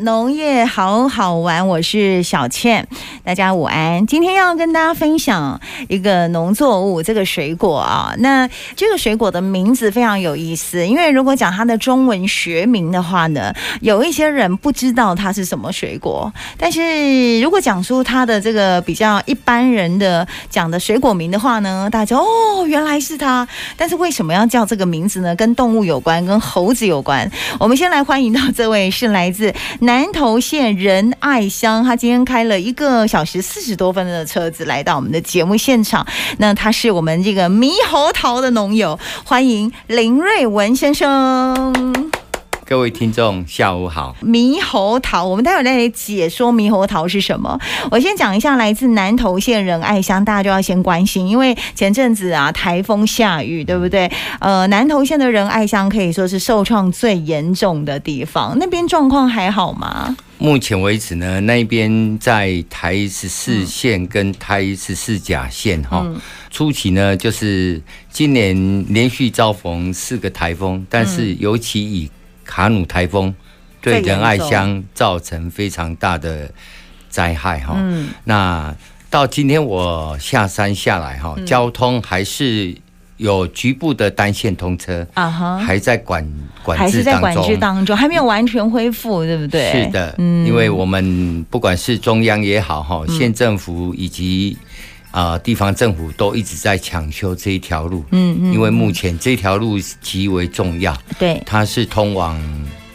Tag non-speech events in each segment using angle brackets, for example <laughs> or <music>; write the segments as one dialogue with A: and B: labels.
A: 农业好好玩，我是小倩，大家午安。今天要跟大家分享一个农作物，这个水果啊。那这个水果的名字非常有意思，因为如果讲它的中文学名的话呢，有一些人不知道它是什么水果，但是如果讲出它的这个比较一般人的讲的水果名的话呢，大家就哦原来是它。但是为什么要叫这个名字呢？跟动物有关，跟猴子有关。我们先来欢迎到这位是来自南投县仁爱乡，他今天开了一个小时四十多分的车子来到我们的节目现场。那他是我们这个猕猴桃的农友，欢迎林瑞文先生。
B: 各位听众，下午好。
A: 猕猴桃，我们待会儿再来解说猕猴桃是什么。我先讲一下来自南投县仁爱乡，大家就要先关心，因为前阵子啊台风下雨，对不对？呃，南投县的仁爱乡可以说是受创最严重的地方，那边状况还好吗？
B: 目前为止呢，那边在台十四线跟台十四甲线哈、
A: 嗯
B: 初期呢就是今年连续遭逢四个台风，但是尤其以卡努台风对
A: 嗯最严
B: 仁爱
A: 重
B: 乡造成非常大的灾害哈、
A: 嗯，
B: 那到今天我下山下来哈、
A: 嗯
B: 交通还是有局部的单线通车，
A: 啊哈，
B: 还在管管
A: 还
B: 制
A: 是在
B: 当
A: 管制
B: 中。
A: 当中，还没有完全恢复，对不对？嗯
B: 是的，因为我们不管是中央也好哈，县政府以及啊、呃地方政府都一直在抢修这一条路，
A: 嗯嗯，
B: 因为目前这条路极为重要，
A: 对
B: 它是通往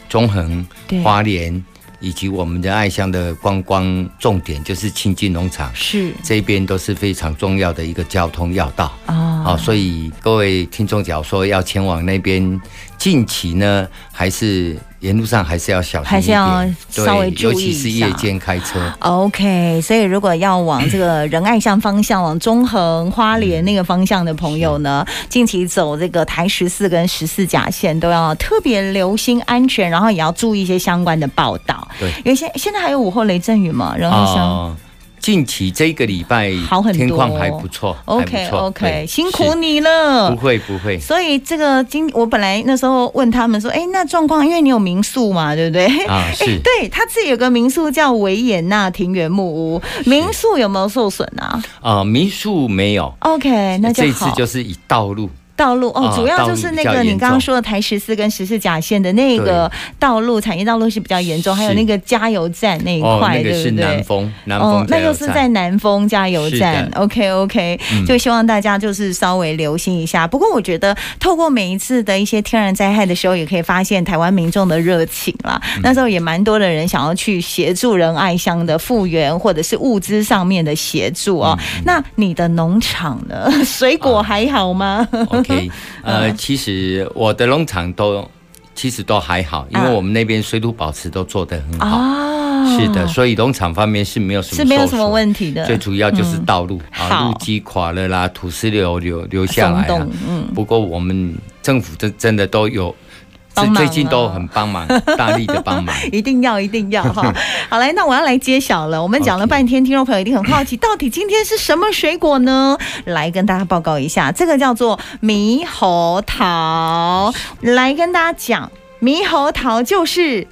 B: 中横、
A: 对
B: 花莲以及我们的爱乡的观光重点，就是亲近农场
A: 是
B: 这边都是非常重要的一个交通要道。
A: 啊，
B: 好、哦所以各位听众，假如说要前往那边，近期呢，还是沿路上还是要小心
A: 还
B: 一点，
A: 是要
B: 对
A: 稍微注
B: 尤
A: 意
B: 其
A: 一
B: 是
A: 下
B: 夜间开车。
A: OK，所以如果要往这个仁爱巷方向，往中横、花
B: 嗯
A: 莲那个方向的朋友呢，近期走这个台十四跟十四甲线都要特别留心安全，然后也要注意一些相关的报道。
B: 对
A: 因为现现在还有午后雷阵雨嘛，仁爱巷。
B: 哦近期这个礼拜
A: 好很多
B: 天况还不错还不
A: OK
B: 错
A: OK，
B: 对
A: 辛苦
B: 是
A: 你了
B: 不。会不
A: <laughs>
B: 会，
A: 所以这个今我本来那时候问他们说，哎，那状况，因为你有民宿嘛，对不对？
B: 啊是
A: 诶哎对他自己有个民宿叫维也纳庭园木屋，民宿有没有受损啊？
B: 啊、民宿没有，
A: OK，那就
B: 这一次
A: 好。
B: 就是以道路
A: 道路哦，
B: 啊
A: 主要就是那
B: 道
A: 个
B: 路比较
A: 你
B: 严
A: 刚刚
B: 重
A: 说的台十四跟十四甲线的那个道路，产业道路是比较严重，还有
B: 是
A: 那个加油站那一
B: 哦，
A: 块，
B: 那个
A: 对
B: 是
A: 不
B: 南
A: 对？
B: 风，南
A: 哦
B: 风，
A: 那
B: 加油
A: 又是
B: 站
A: 在南丰加油站
B: 是的嗯
A: ，OK OK，、就希望大家就是稍微留心一下。不过我觉得，透过每一次的一些天然灾害的时候，也可以发现台湾民众的热情啦。
B: 嗯
A: 那时候也蛮多的人想要去协助仁爱乡的复原，或者是物资上面的协助哦。
B: 嗯
A: 那你的农场呢？ <laughs> 水
B: 啊
A: 果还好吗？
B: <laughs> OK，呃，
A: 嗯
B: 其实我的农场都其实都还好，因为
A: 啊
B: 我们那边水土保持都做得很
A: <laughs>
B: 好。
A: 啊
B: 是的，所以农场方面是没有什么
A: 是没有
B: 受
A: 什么
B: 损
A: 问题的。
B: 最主要就是道路、
A: 嗯
B: 啊，
A: 好
B: 路基垮了啦，土石流流流下来
A: 松
B: 啊
A: 动。嗯
B: 不过我们政府真真的都有，
A: 帮忙啊
B: 最近都很
A: <laughs>
B: 帮忙，大力的帮忙。
A: 一定要，一定要
B: <laughs>
A: 哈！好来，那我要来揭晓了。我们讲了
B: OK
A: 半天，听众朋友一定很好奇，到底今天是什么水果呢？来跟大家报告一下，这个叫做猕猴桃。来跟大家讲，猕猴桃就是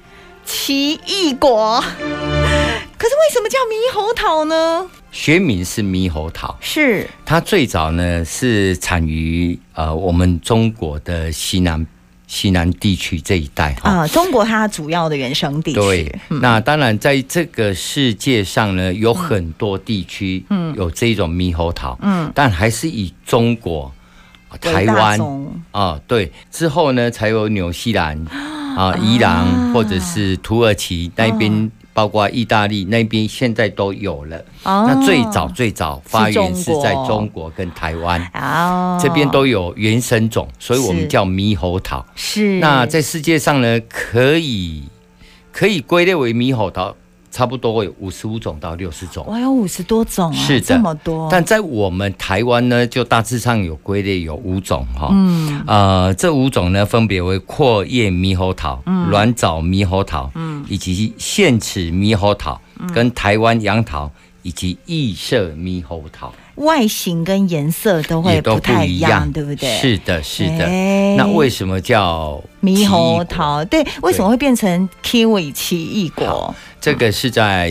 A: 奇异果。 <laughs> 可是为什么叫猕猴桃呢？
B: 学名是猕猴桃，
A: 是
B: 它最早呢是产于呃我们中国的西南西南地区这一带哈。
A: 啊、中国它主要的原生地
B: 对
A: 区，。嗯
B: 那当然，在这个世界上呢，有很多地区有这种猕猴桃，
A: 嗯，
B: 但还是以中国、啊台
A: 为大
B: 湾
A: 宗
B: 啊，对，之后呢才有纽西兰啊、伊朗或者是土耳其那边，包括意大利那边现在都有了。
A: 哦
B: 那最早最早发源
A: 是
B: 是
A: 中国
B: 在中国跟台湾。
A: 啊，
B: 这边都有原生种，所以
A: 是
B: 我们叫猕猴桃。
A: 是
B: 那在世界上呢，可以可以归类为猕猴桃，差不多有五十五种到六十种。
A: 哇，有五十多种啊，
B: 是的
A: 这么多，
B: 但在我们台湾呢，就大致上有归类有五种哈、
A: 嗯
B: 呃，这五种呢，分别为阔叶猕猴桃、
A: 嗯
B: 软藻猕猴桃，以及
A: 嗯
B: 线齿猕猴桃，跟台湾杨桃以及异色猕猴桃。
A: 外形跟颜色都会
B: 也都不
A: 太
B: 一
A: 样，对不对？
B: 是的，是的。
A: 哎
B: 那为什么叫奇
A: 猕
B: 异
A: 猴
B: 果？
A: 桃，对，为什么会变成 kiwi 奇异果
B: 好？这个是在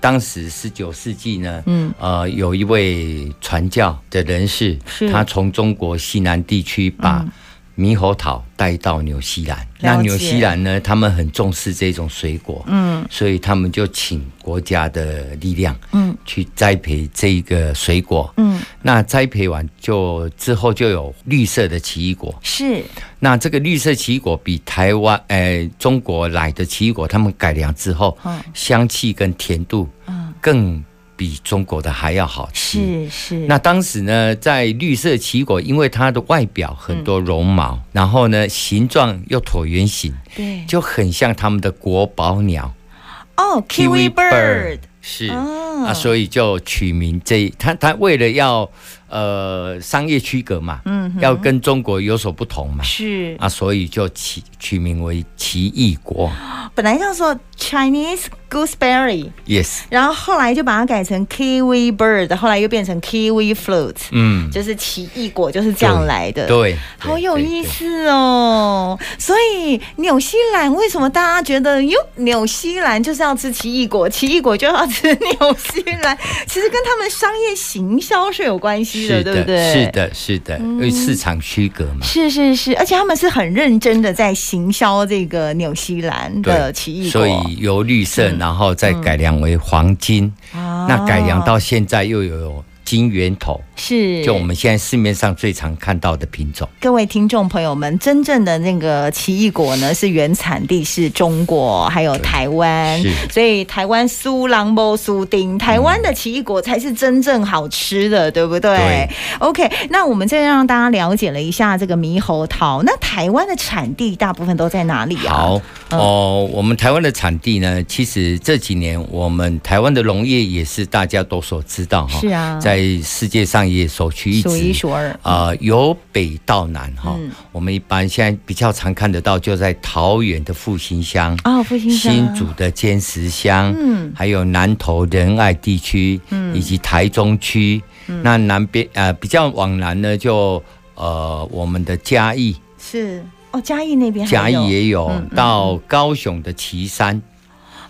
B: 当时十九世纪呢，
A: 嗯，
B: 呃，有一位传教的人士
A: 是，嗯
B: 他从中国西南地区把猕猴桃带到纽西兰。
A: 了解
B: 那纽西兰呢，他们很重视这种水果，
A: 嗯，
B: 所以他们就请国家的力量，
A: 嗯，
B: 去栽培这一个水果。
A: 嗯，
B: 那栽培完就之后就有绿色的奇异果。
A: 是
B: 那这个绿色奇异果比台湾、呃中国来的奇异果，他们改良之后，
A: 嗯
B: 香气跟甜度
A: 嗯，
B: 更比中国的还要好吃。
A: 是是，
B: 嗯那当时呢，在绿色奇异果，因为它的外表很多绒毛，
A: 嗯
B: 然后呢形状又椭圆形，
A: 对
B: 就很像他们的国宝鸟
A: 哦，kiwi bird，
B: 是。
A: 哦
B: 啊，所以就取名这他他为了要呃商业区隔嘛，
A: 嗯哼
B: 要跟中国有所不同嘛，
A: 是
B: 啊，所以就取取名为奇异果
A: 本来叫做 Chinese gooseberry，
B: ，yes，
A: 然后后来就把它改成 kiwi bird，后来又变成 kiwi fruit，
B: 嗯，
A: 就是奇异果就是这样来的。
B: 对，。对
A: 好有意。
B: 对对
A: 思哦！所以纽西兰为什么大家觉得哟，纽西兰就是要吃奇异果，奇异果就要吃纽西兰？ <laughs> 其实跟他们商业行销是有关系的，
B: 是
A: 对不
B: 的，
A: 对？嗯
B: 是。的，是的，因为市场区隔嘛，
A: 是是是，而且他们是很认真的在行销这个纽西兰的奇异果，
B: 所以由绿色，然后再改良为黄金，
A: 啊
B: 那改良到现在又有金源头，
A: 是
B: 就我们现在市面上最常看到的品种。
A: 各位听众朋友们，真正的那个奇异果呢，是原产地是中国，还有台湾，
B: 是嗯
A: 所以台湾苏朗波苏丁，台湾的奇异果才是真正好吃的，对不对
B: 对
A: o k 那我们这让大家了解了一下这个猕猴桃，那台湾的产地大部分都在哪里啊？
B: 好
A: 嗯
B: 哦，我们台湾的产地呢，其实这几年我们台湾的农业也是大家都所知道哈，
A: 是啊
B: 在世界上也首屈一指，
A: 数一数二，
B: 啊，由北到南哈、
A: 嗯
B: 我们一般现在比较常看得到，就在桃园的复兴乡、
A: 哦，复兴乡
B: 新竹的尖石乡，
A: 嗯
B: 还有南投仁爱地区，嗯，以及台中区。
A: 嗯
B: 那南边呃比较往南呢，就呃我们的嘉义，
A: 是哦，嘉义那边还
B: 嘉
A: 有
B: 义也有，
A: 嗯嗯
B: 到高雄的旗山，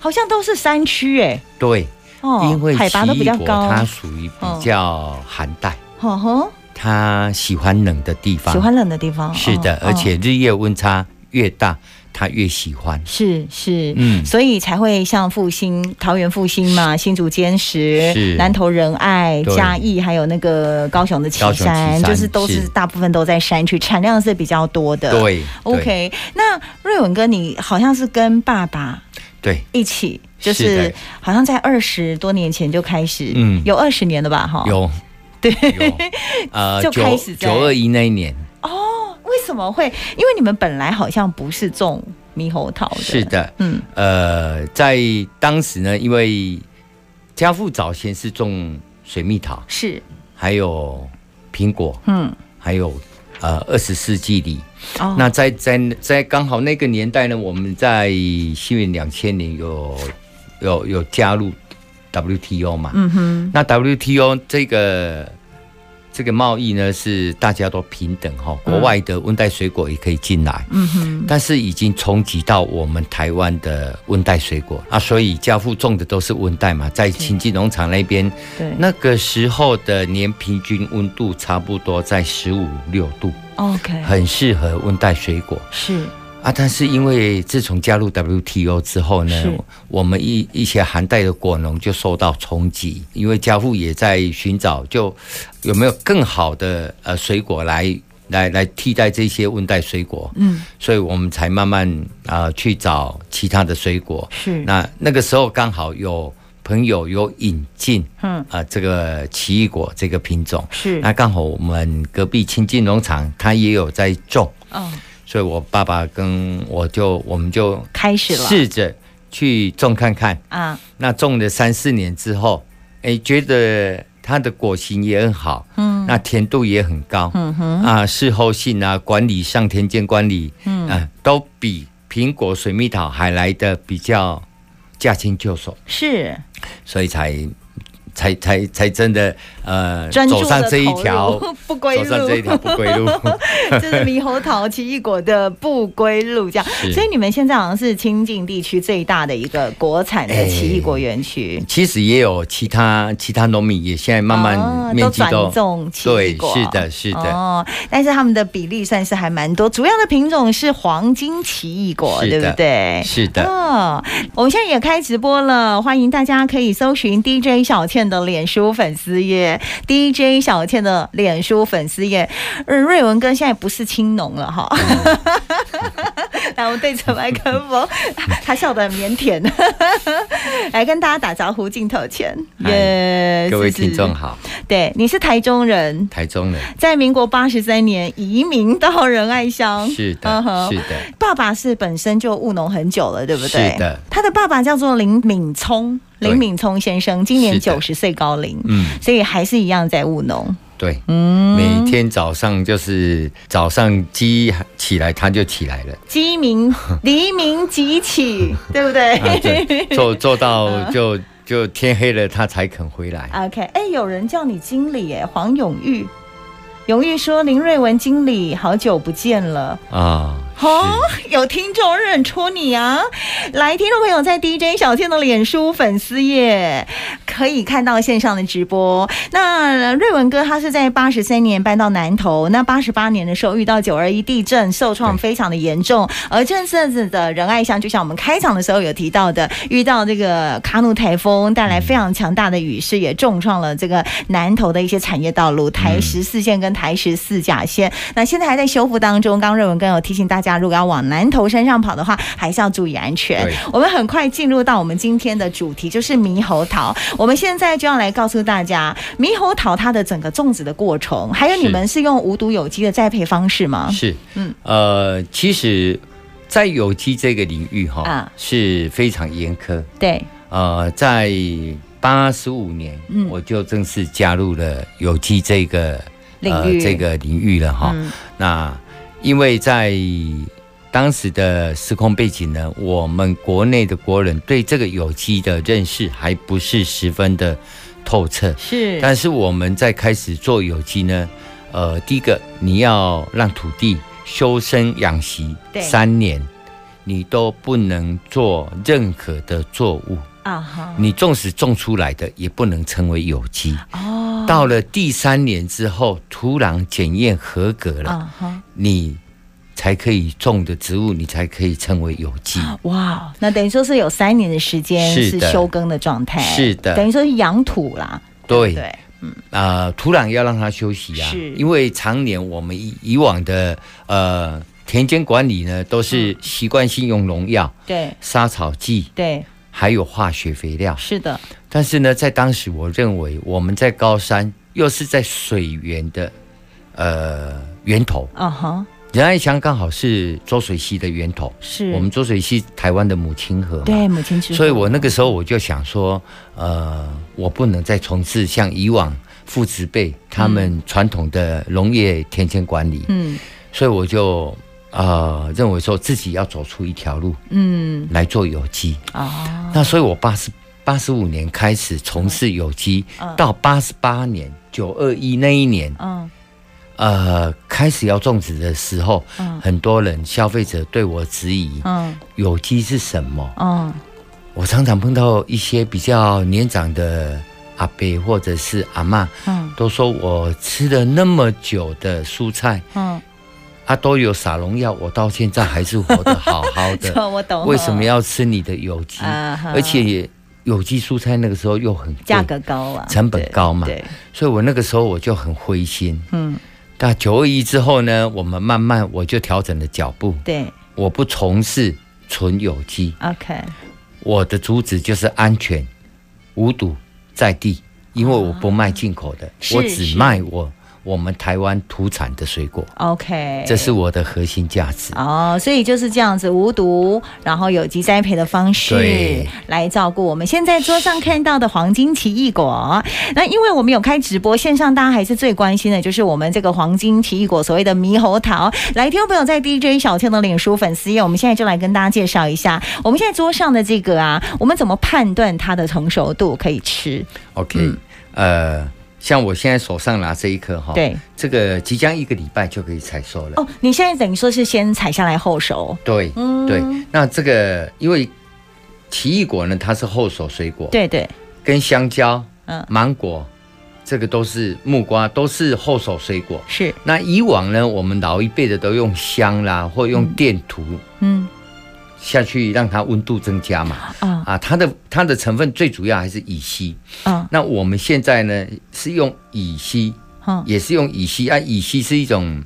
A: 好像都是山区哎，
B: 对，
A: 哦，
B: 因为
A: 海拔都比较
B: 奇异果
A: 高，
B: 它属于比较寒带，
A: 吼吼，
B: 它喜欢冷的地方，
A: 喜欢冷的地方，
B: 是的，
A: 哦
B: 而且日夜温差越大，它越喜欢。
A: 是是，
B: 嗯
A: 所以才会像复兴、桃园复兴嘛，新竹坚实
B: 是、
A: 南投仁爱、
B: 对
A: 嘉义，还有那个高雄的旗
B: 高雄旗
A: 山，
B: 山
A: 就是都是
B: 是
A: 大部分都在山区，产量是比较多的。
B: 对
A: 呃 OK，那瑞文哥，你好像是跟爸爸
B: 对，
A: 一起，就是是
B: 的
A: 好像在二十多年前就开始，
B: 嗯
A: 有二十年了吧？哈，
B: 有
A: 哦 <laughs> 对
B: 有，
A: <laughs>
B: 呃，
A: 就开
B: 九
A: 始在
B: 九二一那一年，
A: 哦，为什么会？因为你们本来好像不是种猕猴桃的，
B: 是，的，
A: 嗯，
B: 呃，在当时呢，因为家父早先是种水蜜桃，
A: 是，
B: 还有苹果，
A: 嗯，
B: 还有呃二十世纪里，
A: 哦，
B: 那在在在刚好那个年代呢，我们在西元两千年有有有加入 WTO 嘛，
A: 嗯哼，
B: 那 WTO 这个这个贸易呢是大家都平等哈、国外的温带水果也可以进来，
A: 嗯哼，
B: 但是已经冲击到我们台湾的温带水果啊，所以家父种的都是温带嘛，在亲近农场那边，
A: 对，
B: 那个时候的年平均温度差不多在十五六度，
A: OK，
B: 很适合温带水果。
A: 是
B: 啊，但是因为自从加入 WTO 之后呢
A: 是，
B: 我们一一些寒带的果农就受到冲击，因为家父也在寻找就有没有更好的呃水果来来来替代这些温带水果，
A: 嗯，
B: 所以我们才慢慢啊、呃去找其他的水果。
A: 是，
B: 那那个时候刚好有朋友有引进
A: 嗯
B: 啊、呃这个奇异果这个品种，
A: 是，
B: 那刚好我们隔壁亲近农场它也有在种。
A: 嗯，
B: 所以我爸爸跟我就我们就
A: 开始了，
B: 试着去种看看。
A: 啊，
B: 那种了三四年之后，哎，觉得它的果型也很好，
A: 嗯，
B: 那甜度也很高，
A: 嗯哼，
B: 啊，事后性啊，管理上田间管理，嗯、啊，都比苹果、水蜜桃还来的比较驾轻就熟，
A: 是
B: 所以才才才才真的呃
A: 专注
B: 走上
A: 的
B: 这一
A: 投
B: 条
A: 入 <laughs> 不归
B: 走上
A: 路
B: 这一条不归路。
A: <laughs> 这是猕猴桃奇异果的不归路，这样。
B: 是
A: 所以你们现在好像是清境地区最大的一个国产的奇异果园区，
B: 其实也有其他其他农民也现在哎慢
A: 哦
B: 慢面积
A: 转种奇异
B: 对，
A: 果，
B: 是的，是的。
A: 哦，但是他们的比例算是还蛮多，主要的品种是黄金奇异果，
B: 是
A: 对
B: 的
A: 不对？
B: 是的，
A: 哦，我们现在也开直播了，欢迎大家可以搜寻 DJ 小倩的脸书粉丝页，DJ 小倩的脸书粉丝页。呃，瑞文哥现在不是青农了
B: <laughs>
A: 哈。来，我们对着麦克风，他笑得很腼
B: <laughs>
A: 腆，来跟大家打招呼，镜头前，
B: 嗨
A: 耶
B: 各位
A: 是不是
B: 听众好，
A: 对，你是台中人，
B: 台中人
A: 在民国八十三年移民到仁爱乡，
B: 是
A: 嗯
B: 的，
A: 哼
B: 是的，
A: 爸爸是本身就务农很久了，对不对？
B: 是的。
A: 他的爸爸叫做林敏聪，
B: 对
A: 林敏聪先生今年
B: 是
A: 九
B: 的
A: 十岁高龄，
B: 嗯，
A: 所以还是一样在务农。
B: 对，
A: 嗯，
B: 每天早上就是早上鸡起来它就起来
A: <laughs>
B: 了，
A: 鸡
B: <laughs>
A: 鸣黎明即起，对不对、
B: 啊对做做
A: 嗯
B: 到就就天黑了它才肯回来。
A: o k 哎，有人叫你经理哎，黄永玉。永玉说：“林瑞文经理，好久不见了。”
B: 啊，
A: 哦
B: 是，
A: 有听众认出你啊！来，听众朋友在 DJ 小倩的脸书粉丝页可以看到线上的直播。那呃瑞文哥他是在八十三年搬到南投，那八十八年的时候遇到九二一地震，受创
B: 对
A: 非常的严重。而这阵子的仁爱乡，就像我们开场的时候有提到的，遇到这个卡努台风带来非常强大的雨势，也重创了这个南投的一些产业道路，台十四线跟台十四甲线。那现在还在修复当中。刚瑞文更有提醒大家，如果要往南投山上跑的话，还是要注意安全
B: 对。
A: 我们很快进入到我们今天的主题，就是猕猴桃。我们现在就要来告诉大家，猕猴桃它的整个种植的过程，还有
B: 是
A: 你们是用无毒有机的栽培方式吗？
B: 是，
A: 嗯
B: 嗯，呃，其实，在有机这个领域哈、
A: 啊
B: 是非常严苛。
A: 对，
B: 呃，在八十五年，
A: 嗯
B: 我就正式加入了有机这个
A: 领域
B: 呃这个啊领域了哈、
A: 嗯
B: 那因为在当时的时空背景呢，我们国内的国人对这个有机的认识还不是十分的透彻，
A: 是，
B: 但是我们在开始做有机呢，呃，第一个你要让土地修身养息
A: 对
B: 三年，你都不能做任何的作物，
A: 啊哈，
B: 你纵使种出来的也不能称为有机。
A: 哦，
B: 到了第三年之后，土壤检验合格了，
A: 啊哈，
B: 你才可以种的植物，你才可以称为有机。
A: 哦哇，那等于说是有三年的时间
B: 是
A: 是
B: 的
A: 休耕的状态，
B: 是的
A: 等于说是养土啦，
B: 对
A: 不哎对，
B: 啊，土壤要让它休息啊
A: 是，
B: 因为常年我们以以往的呃田间管理呢，都是
A: 嗯
B: 习惯性用农药、
A: 对
B: 杀草剂，
A: 对，
B: 还有化学肥料。
A: 是的，
B: 但是呢，在当时我认为我们在高山，又是在水源的呃源头，
A: 啊哈，
B: 仁爱乡刚好是浊水溪的源头，
A: 是
B: 我们浊水溪台湾的母亲河嘛。
A: 嗯对母亲之
B: 所以
A: 父
B: 我那个时候我就想说，呃，我不能再从事像以往父职辈他们传统的农业田间管理，
A: 嗯
B: 所以我就呃认为说自己要走出一条路
A: 嗯
B: 来做有机。
A: 啊，
B: 那所以我八十八十五年开始从事有机，
A: 嗯
B: 到八十八年九二一那一年，
A: 嗯
B: 呃，开始要种植的时候，
A: 嗯
B: 很多人消费者对我质疑
A: 嗯
B: 有机是什么。
A: 嗯
B: 我常常碰到一些比较年长的阿伯或者是阿嬷，
A: 嗯
B: 都说我吃了那么久的蔬菜，
A: 嗯，
B: 啊，都有撒农药，我到现在还是活得好好
A: <laughs>
B: 的，
A: 这我懂了，
B: 为什么要吃你的有机？
A: 啊哈
B: 而且也有机蔬菜那个时候又很贵
A: 价，格高啊，
B: 成本高嘛，
A: 对，对
B: 所以我那个时候我就很灰心。
A: 嗯
B: 那九二一之后呢，我们慢慢我就调整了脚步，
A: 对
B: 我不从事纯有机，
A: ，OK，
B: 我的主旨就是安全、无毒、在地，因为我不卖进口的，
A: 是
B: 我只卖我我们台湾土产的水果，
A: OK，
B: 这是我的核心价值。
A: 哦，所以就是这样子无毒，然后有机栽培的方式
B: 对
A: 来照顾我们现在桌上看到的黄金奇异果。那因为我们有开直播，线上大家还是最关心的就是我们这个黄金奇异果，所谓的猕猴桃。来，听众朋友在 DJ 小倩的脸书粉丝页，我们现在就来跟大家介绍一下，我们现在桌上的这个啊，我们怎么判断它的成熟度可以吃？
B: OK，、呃，像我现在手上拿这一颗哈，
A: 对，
B: 这个即将一个礼拜就可以采收了。
A: 哦，你现在等于说是先采下来后熟，
B: 对
A: 嗯
B: 对，那这个因为奇异果呢，它是后熟水果，
A: 对对，
B: 跟香蕉、
A: 嗯，
B: 芒果，这个都是木瓜，都是后熟水果。
A: 是，
B: 那以往呢，我们老一辈的都用香啦，或用电涂
A: 嗯
B: 下去，让它温度增加嘛。
A: 啊
B: 啊，它的它的成分最主要还是乙烯。
A: 啊
B: 那我们现在呢是用乙烯，
A: 哈，
B: 也是用乙烯啊，乙烯是一种，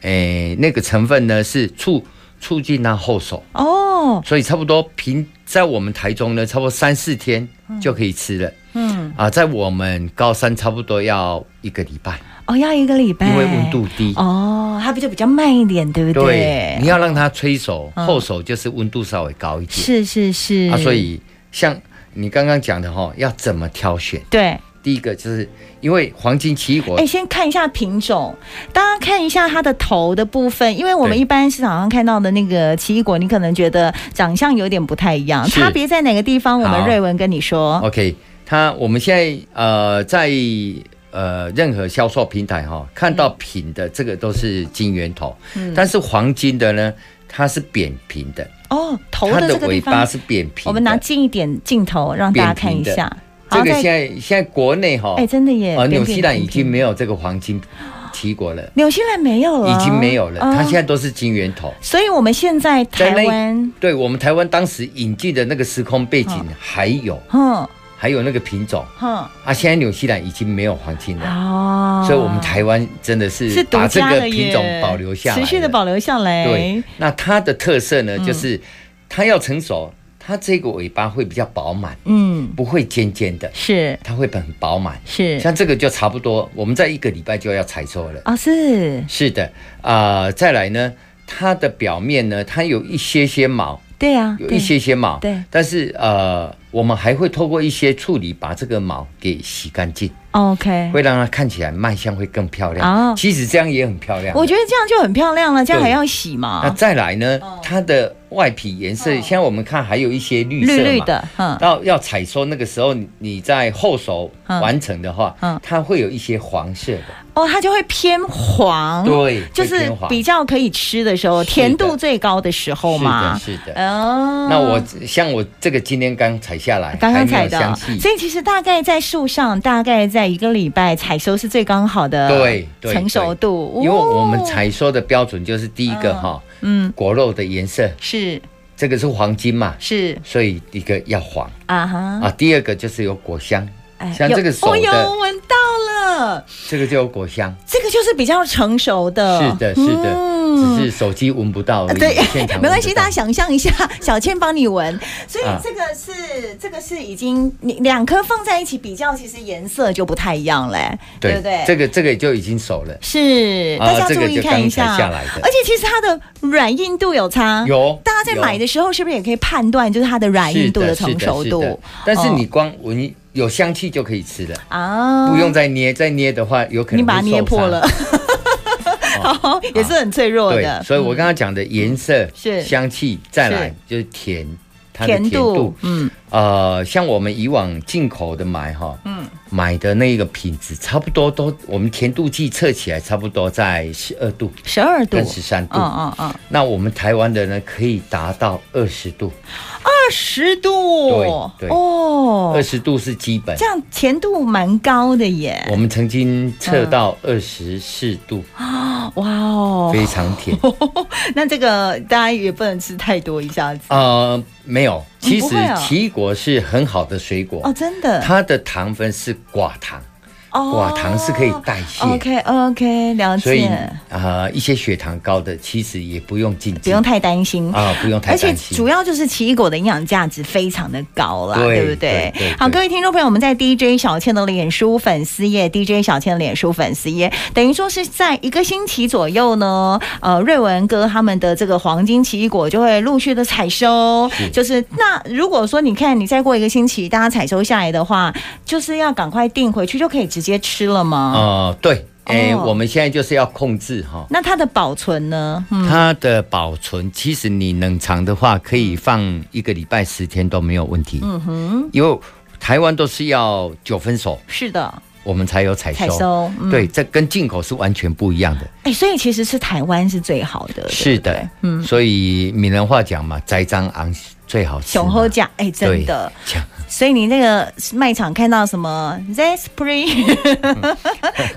B: 诶、那个成分呢是促促进它后熟，
A: 哦，
B: 所以差不多平在我们台中呢，差不多三四天就可以吃了。
A: 嗯，
B: 啊，在我们高山差不多要一个礼拜，
A: 哦，要一个礼拜，
B: 因为温度低，
A: 哦，它不就比较慢一点，对不
B: 对，你
A: 对？
B: 要让它催熟，
A: 嗯
B: 后熟就是温度稍微高一点。
A: 是是是，
B: 啊，所以像你刚刚讲的哈、要怎么挑选？
A: 对，
B: 第一个就是因为黄金奇异果
A: 哎，先看一下品种，大家看一下它的头的部分，因为我们
B: 对
A: 一般市场上看到的那个奇异果，你可能觉得长相有点不太一样，
B: 是
A: 差别在哪个地方？我们
B: 好
A: 瑞文跟你说，
B: OK，它我们现在呃在呃任何销售平台哈、看到品的这个都是金圆头，
A: 嗯
B: 但是黄金的呢，它是扁平的，
A: 哦，头
B: 它
A: 的这
B: 的
A: 个地
B: 尾巴
A: 方，
B: 是扁平的。
A: 我们拿近一点镜头让大家看一下，
B: 这
A: 好
B: 个
A: 再
B: 现在现在国内哈、
A: 哎，真的耶，
B: 呃
A: 扁
B: 纽
A: 扁
B: 西兰已
A: 平平哦
B: 经没有这个黄金奇异果了，
A: 纽西兰没有了，
B: 已经没有了，它现
A: 在，
B: 在都是金圆头。
A: 所以我们现在台
B: 在那
A: 湾，
B: 对我们台湾当时引进的那个时空背景
A: 哦
B: 还有、
A: 哼
B: 还有那个品种
A: 哼，
B: 啊，现在纽西兰已经没有黄金了。
A: 哦，
B: 所以，我们台湾真的
A: 是
B: 是
A: 独
B: 把这
A: 家
B: 个
A: 的耶
B: 品种保留下来了，
A: 持续的保留嗯下来，
B: 对，。那它的特色呢，就是它要成熟，它这个尾巴会比较饱满，
A: 嗯，
B: 不会尖尖的，
A: 是
B: 它会很饱满。
A: 是
B: 像这个就差不多，我们在一个礼拜就要采收了。
A: 啊是，
B: 是的，啊、再来呢，它的表面呢，它有一些些毛，
A: 对啊，
B: 有
A: 对
B: 一些些毛，
A: 对
B: 但是呃，我们还会透过一些处理，把这个毛给洗干净，
A: 哦 OK。
B: 会让它看起来卖相会更漂亮。
A: 嗯哦
B: 其实这样也很漂亮。
A: 我觉得这样就很漂亮了，这样还要洗
B: 啊那
A: 嘛？
B: 再来呢，
A: 嗯
B: 它的外皮颜色，
A: 哦
B: 现在我们看还有一些绿色
A: 绿
B: 嘛
A: 绿。的，嗯，
B: 到要采收那个时候，你你在后手
A: 嗯
B: 完成的话，
A: 嗯
B: 它会有一些黄色的，
A: 哦，它就会偏黄，
B: 对
A: 嗯就
B: 会
A: 是
B: 偏黄
A: 比较可以吃的时候，
B: 是的
A: 甜度最高的时候嘛。
B: 是的，是的。
A: 哦，
B: 那我像我这个今天刚采下来，
A: 嗯刚刚
B: 还没
A: 采
B: 有
A: 的
B: 香，气，
A: 所以其实大概在树上，大概在一个礼拜采收是最刚好的
B: 对对
A: 成熟度，
B: 因为我们
A: 哦
B: 采收的标准就是第一个
A: 嗯
B: 哈，
A: 嗯
B: 果肉的颜色，
A: 是
B: 这个是黄金嘛，
A: 是
B: 所以一个要黄
A: 啊哈，
B: 啊。第二个就是有果香，
A: 哎
B: 像
A: 有
B: 这个手
A: 哦
B: 的
A: 哟，闻到了，
B: 这个就有果香。
A: 这个就是比较成熟的，
B: 是的，是的，
A: 嗯
B: 只是手机闻不到而已。
A: 对
B: 现场闻不
A: <laughs>
B: 到，
A: 没关系，大家想象一下，小倩帮你闻。所以
B: 啊
A: 这个是、这个是已经你两颗放在一起比较，其实颜色就不太一样嘞、对
B: 对
A: 不对？
B: 这个这个就已经熟了，
A: 是
B: 啊
A: 大家
B: 这
A: 注
B: 个
A: 意
B: 就
A: 看一
B: 刚才
A: 下，
B: 下来的
A: 而且其实它的软硬度有差，
B: 有
A: 啊大家在买的时候是不是也可以判断就是它的软
B: 是
A: 硬度
B: 的，是
A: 成
B: 的
A: 熟
B: 是
A: 度？
B: 的但是
A: 哦
B: 你光闻有香气就可以吃了，
A: 啊
B: 不用再捏，再捏的话有可能
A: 你把它
B: 会
A: 捏
B: 受
A: 破
B: 伤
A: 了， <laughs> 好，也是很脆弱
B: 哦对，
A: 的。嗯
B: 所以我刚刚讲的颜色、
A: 是
B: 香气，再来
A: 是
B: 就是甜，它的
A: 甜
B: 甜
A: 度
B: 度，。
A: 嗯，
B: 呃，像我们以往进口的买哈，嗯，买的那个品质差不多都，我们甜度计测起来差不多在十二度
A: 十二度，
B: 跟十三度。
A: 嗯嗯嗯，
B: 那我们台湾的呢，可以达到二十度，
A: 二十度，
B: 对对
A: 哦
B: 二，十度是基本
A: 这。样甜度蛮高的耶，
B: 我们曾经测到二十四度，
A: 哇嗯哦！
B: 非常
A: <laughs>
B: 甜。
A: 那这个大家也不能吃太多一下子
B: 呃，没有，其
A: 不
B: 实
A: 会啊
B: 奇异果是很好的水果，
A: 哦，真的
B: 它的糖分是寡糖。
A: 哦
B: 寡糖是可以代谢，
A: OK OK，了
B: 所以
A: 解，
B: 啊、一些血糖高的其实也不用禁忌，
A: 不用太担心。
B: 啊，不用太
A: 而且
B: 担心。
A: 主要就是奇异果的营养价值非常的高啦，
B: 对
A: 对不对
B: 对对
A: 好，
B: 对
A: 各位听众朋友，我们在 DJ 小倩的脸书粉丝页，DJ 小倩的脸书粉丝页，等于说是在一个星期左右呢，呃，瑞文哥他们的这个黄金奇异果就会陆续的采收。
B: 是
A: 就是那如果说你看你再过一个星期，大家采收下来的话，就是要赶快订回去，就可以直接吃了吗？
B: 呃，对，哎、
A: 哦
B: 我们现在就是要控制哈、
A: 那它的保存呢？嗯，
B: 它的保存。其实你冷藏的话，可以放一个礼拜、十天都没有问题。嗯哼，因为台湾都是要九分熟，
A: 是的，
B: 我们才有采
A: 采
B: 收。
A: 收，嗯
B: 对，，这跟进口是完全不一样的。
A: 哎，所以其实是台湾是最好的，
B: 是
A: 对不
B: 的
A: 对，嗯，
B: 所以闽南话讲嘛，栽赃昂最好吃嘛。
A: 雄厚价，哎，真
B: 对
A: 的。
B: 讲
A: 所以你那个卖场看到什么
B: <laughs>
A: Zespri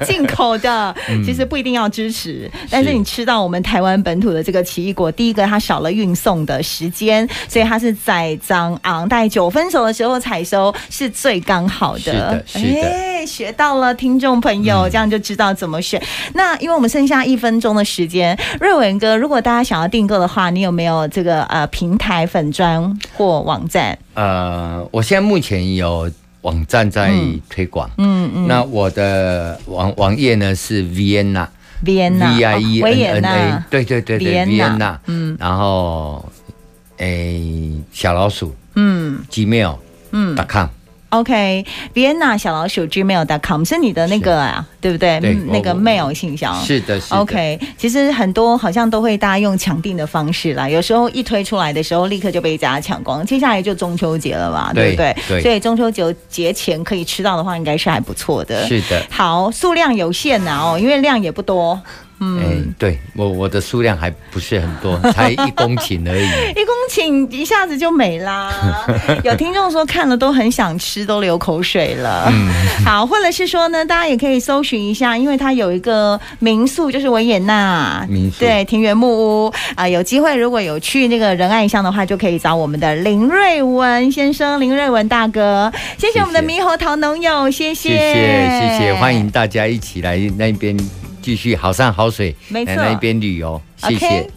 A: 进口的，
B: 嗯
A: 其实不一定要支持，但是你吃到我们台湾本土的这个奇异果，第一个它少了运送的时间，所以它是在张昂大概九分熟的时候采收是最刚好的。
B: 是的是的嗯
A: 哎，学到了，听众朋友，这样就知道怎么选。那因为我们剩下一分钟的时间，瑞文哥，如果大家想要订购的话，你有没有这个呃平台粉砖或网站？
B: 呃，我现在目前有网站在
A: 嗯
B: 推广，
A: 嗯嗯。
B: 那我的网网页呢是 Vienna
A: Vienna，
B: V I E
A: 哦维
B: N
A: 也
B: N
A: 纳
B: A，，对对对对
A: Vienna
B: ，Vienna，
A: 嗯
B: 然后诶小老鼠
A: 嗯
B: Gmail
A: 嗯
B: com，
A: ，OK，Vienna 小老鼠 gmail.com 是你的那个啊，对不对？
B: 对
A: 嗯
B: 我
A: 那个
B: 我
A: mail 信箱。
B: 是的，是的
A: OK，其实很多好像都会大家用抢订的方式啦，有时候一推出来的时候，立刻就被大家抢光。接下来就中秋节了嘛，对
B: 对
A: 不对？
B: 对
A: 所以中秋节节前可以吃到的话，应该是还不错的。
B: 是的，
A: 好，数量有限呐、哦，因为量也不多，嗯
B: 哎、对我我的数量还不是很多，才一公
A: <laughs>
B: 顷而已。
A: 一公顷一下子就没
B: <laughs>
A: 啦。有听众说看了都很想吃，都流口水了。
B: 嗯
A: <laughs> 好，或者是说呢，大家也可以搜寻一下，因为它有一个民宿，就是维也纳
B: 民宿
A: 对庭园木屋啊、有机会如果有去那个仁爱乡的话，就可以找我们的林瑞文先生、林瑞文大哥。谢谢我们的
B: 谢
A: 猕猴桃农友，谢谢
B: 谢谢谢谢，欢迎大家一起来那边继续好山好水，
A: 没
B: 来
A: 错
B: 那边旅游，谢谢。
A: OK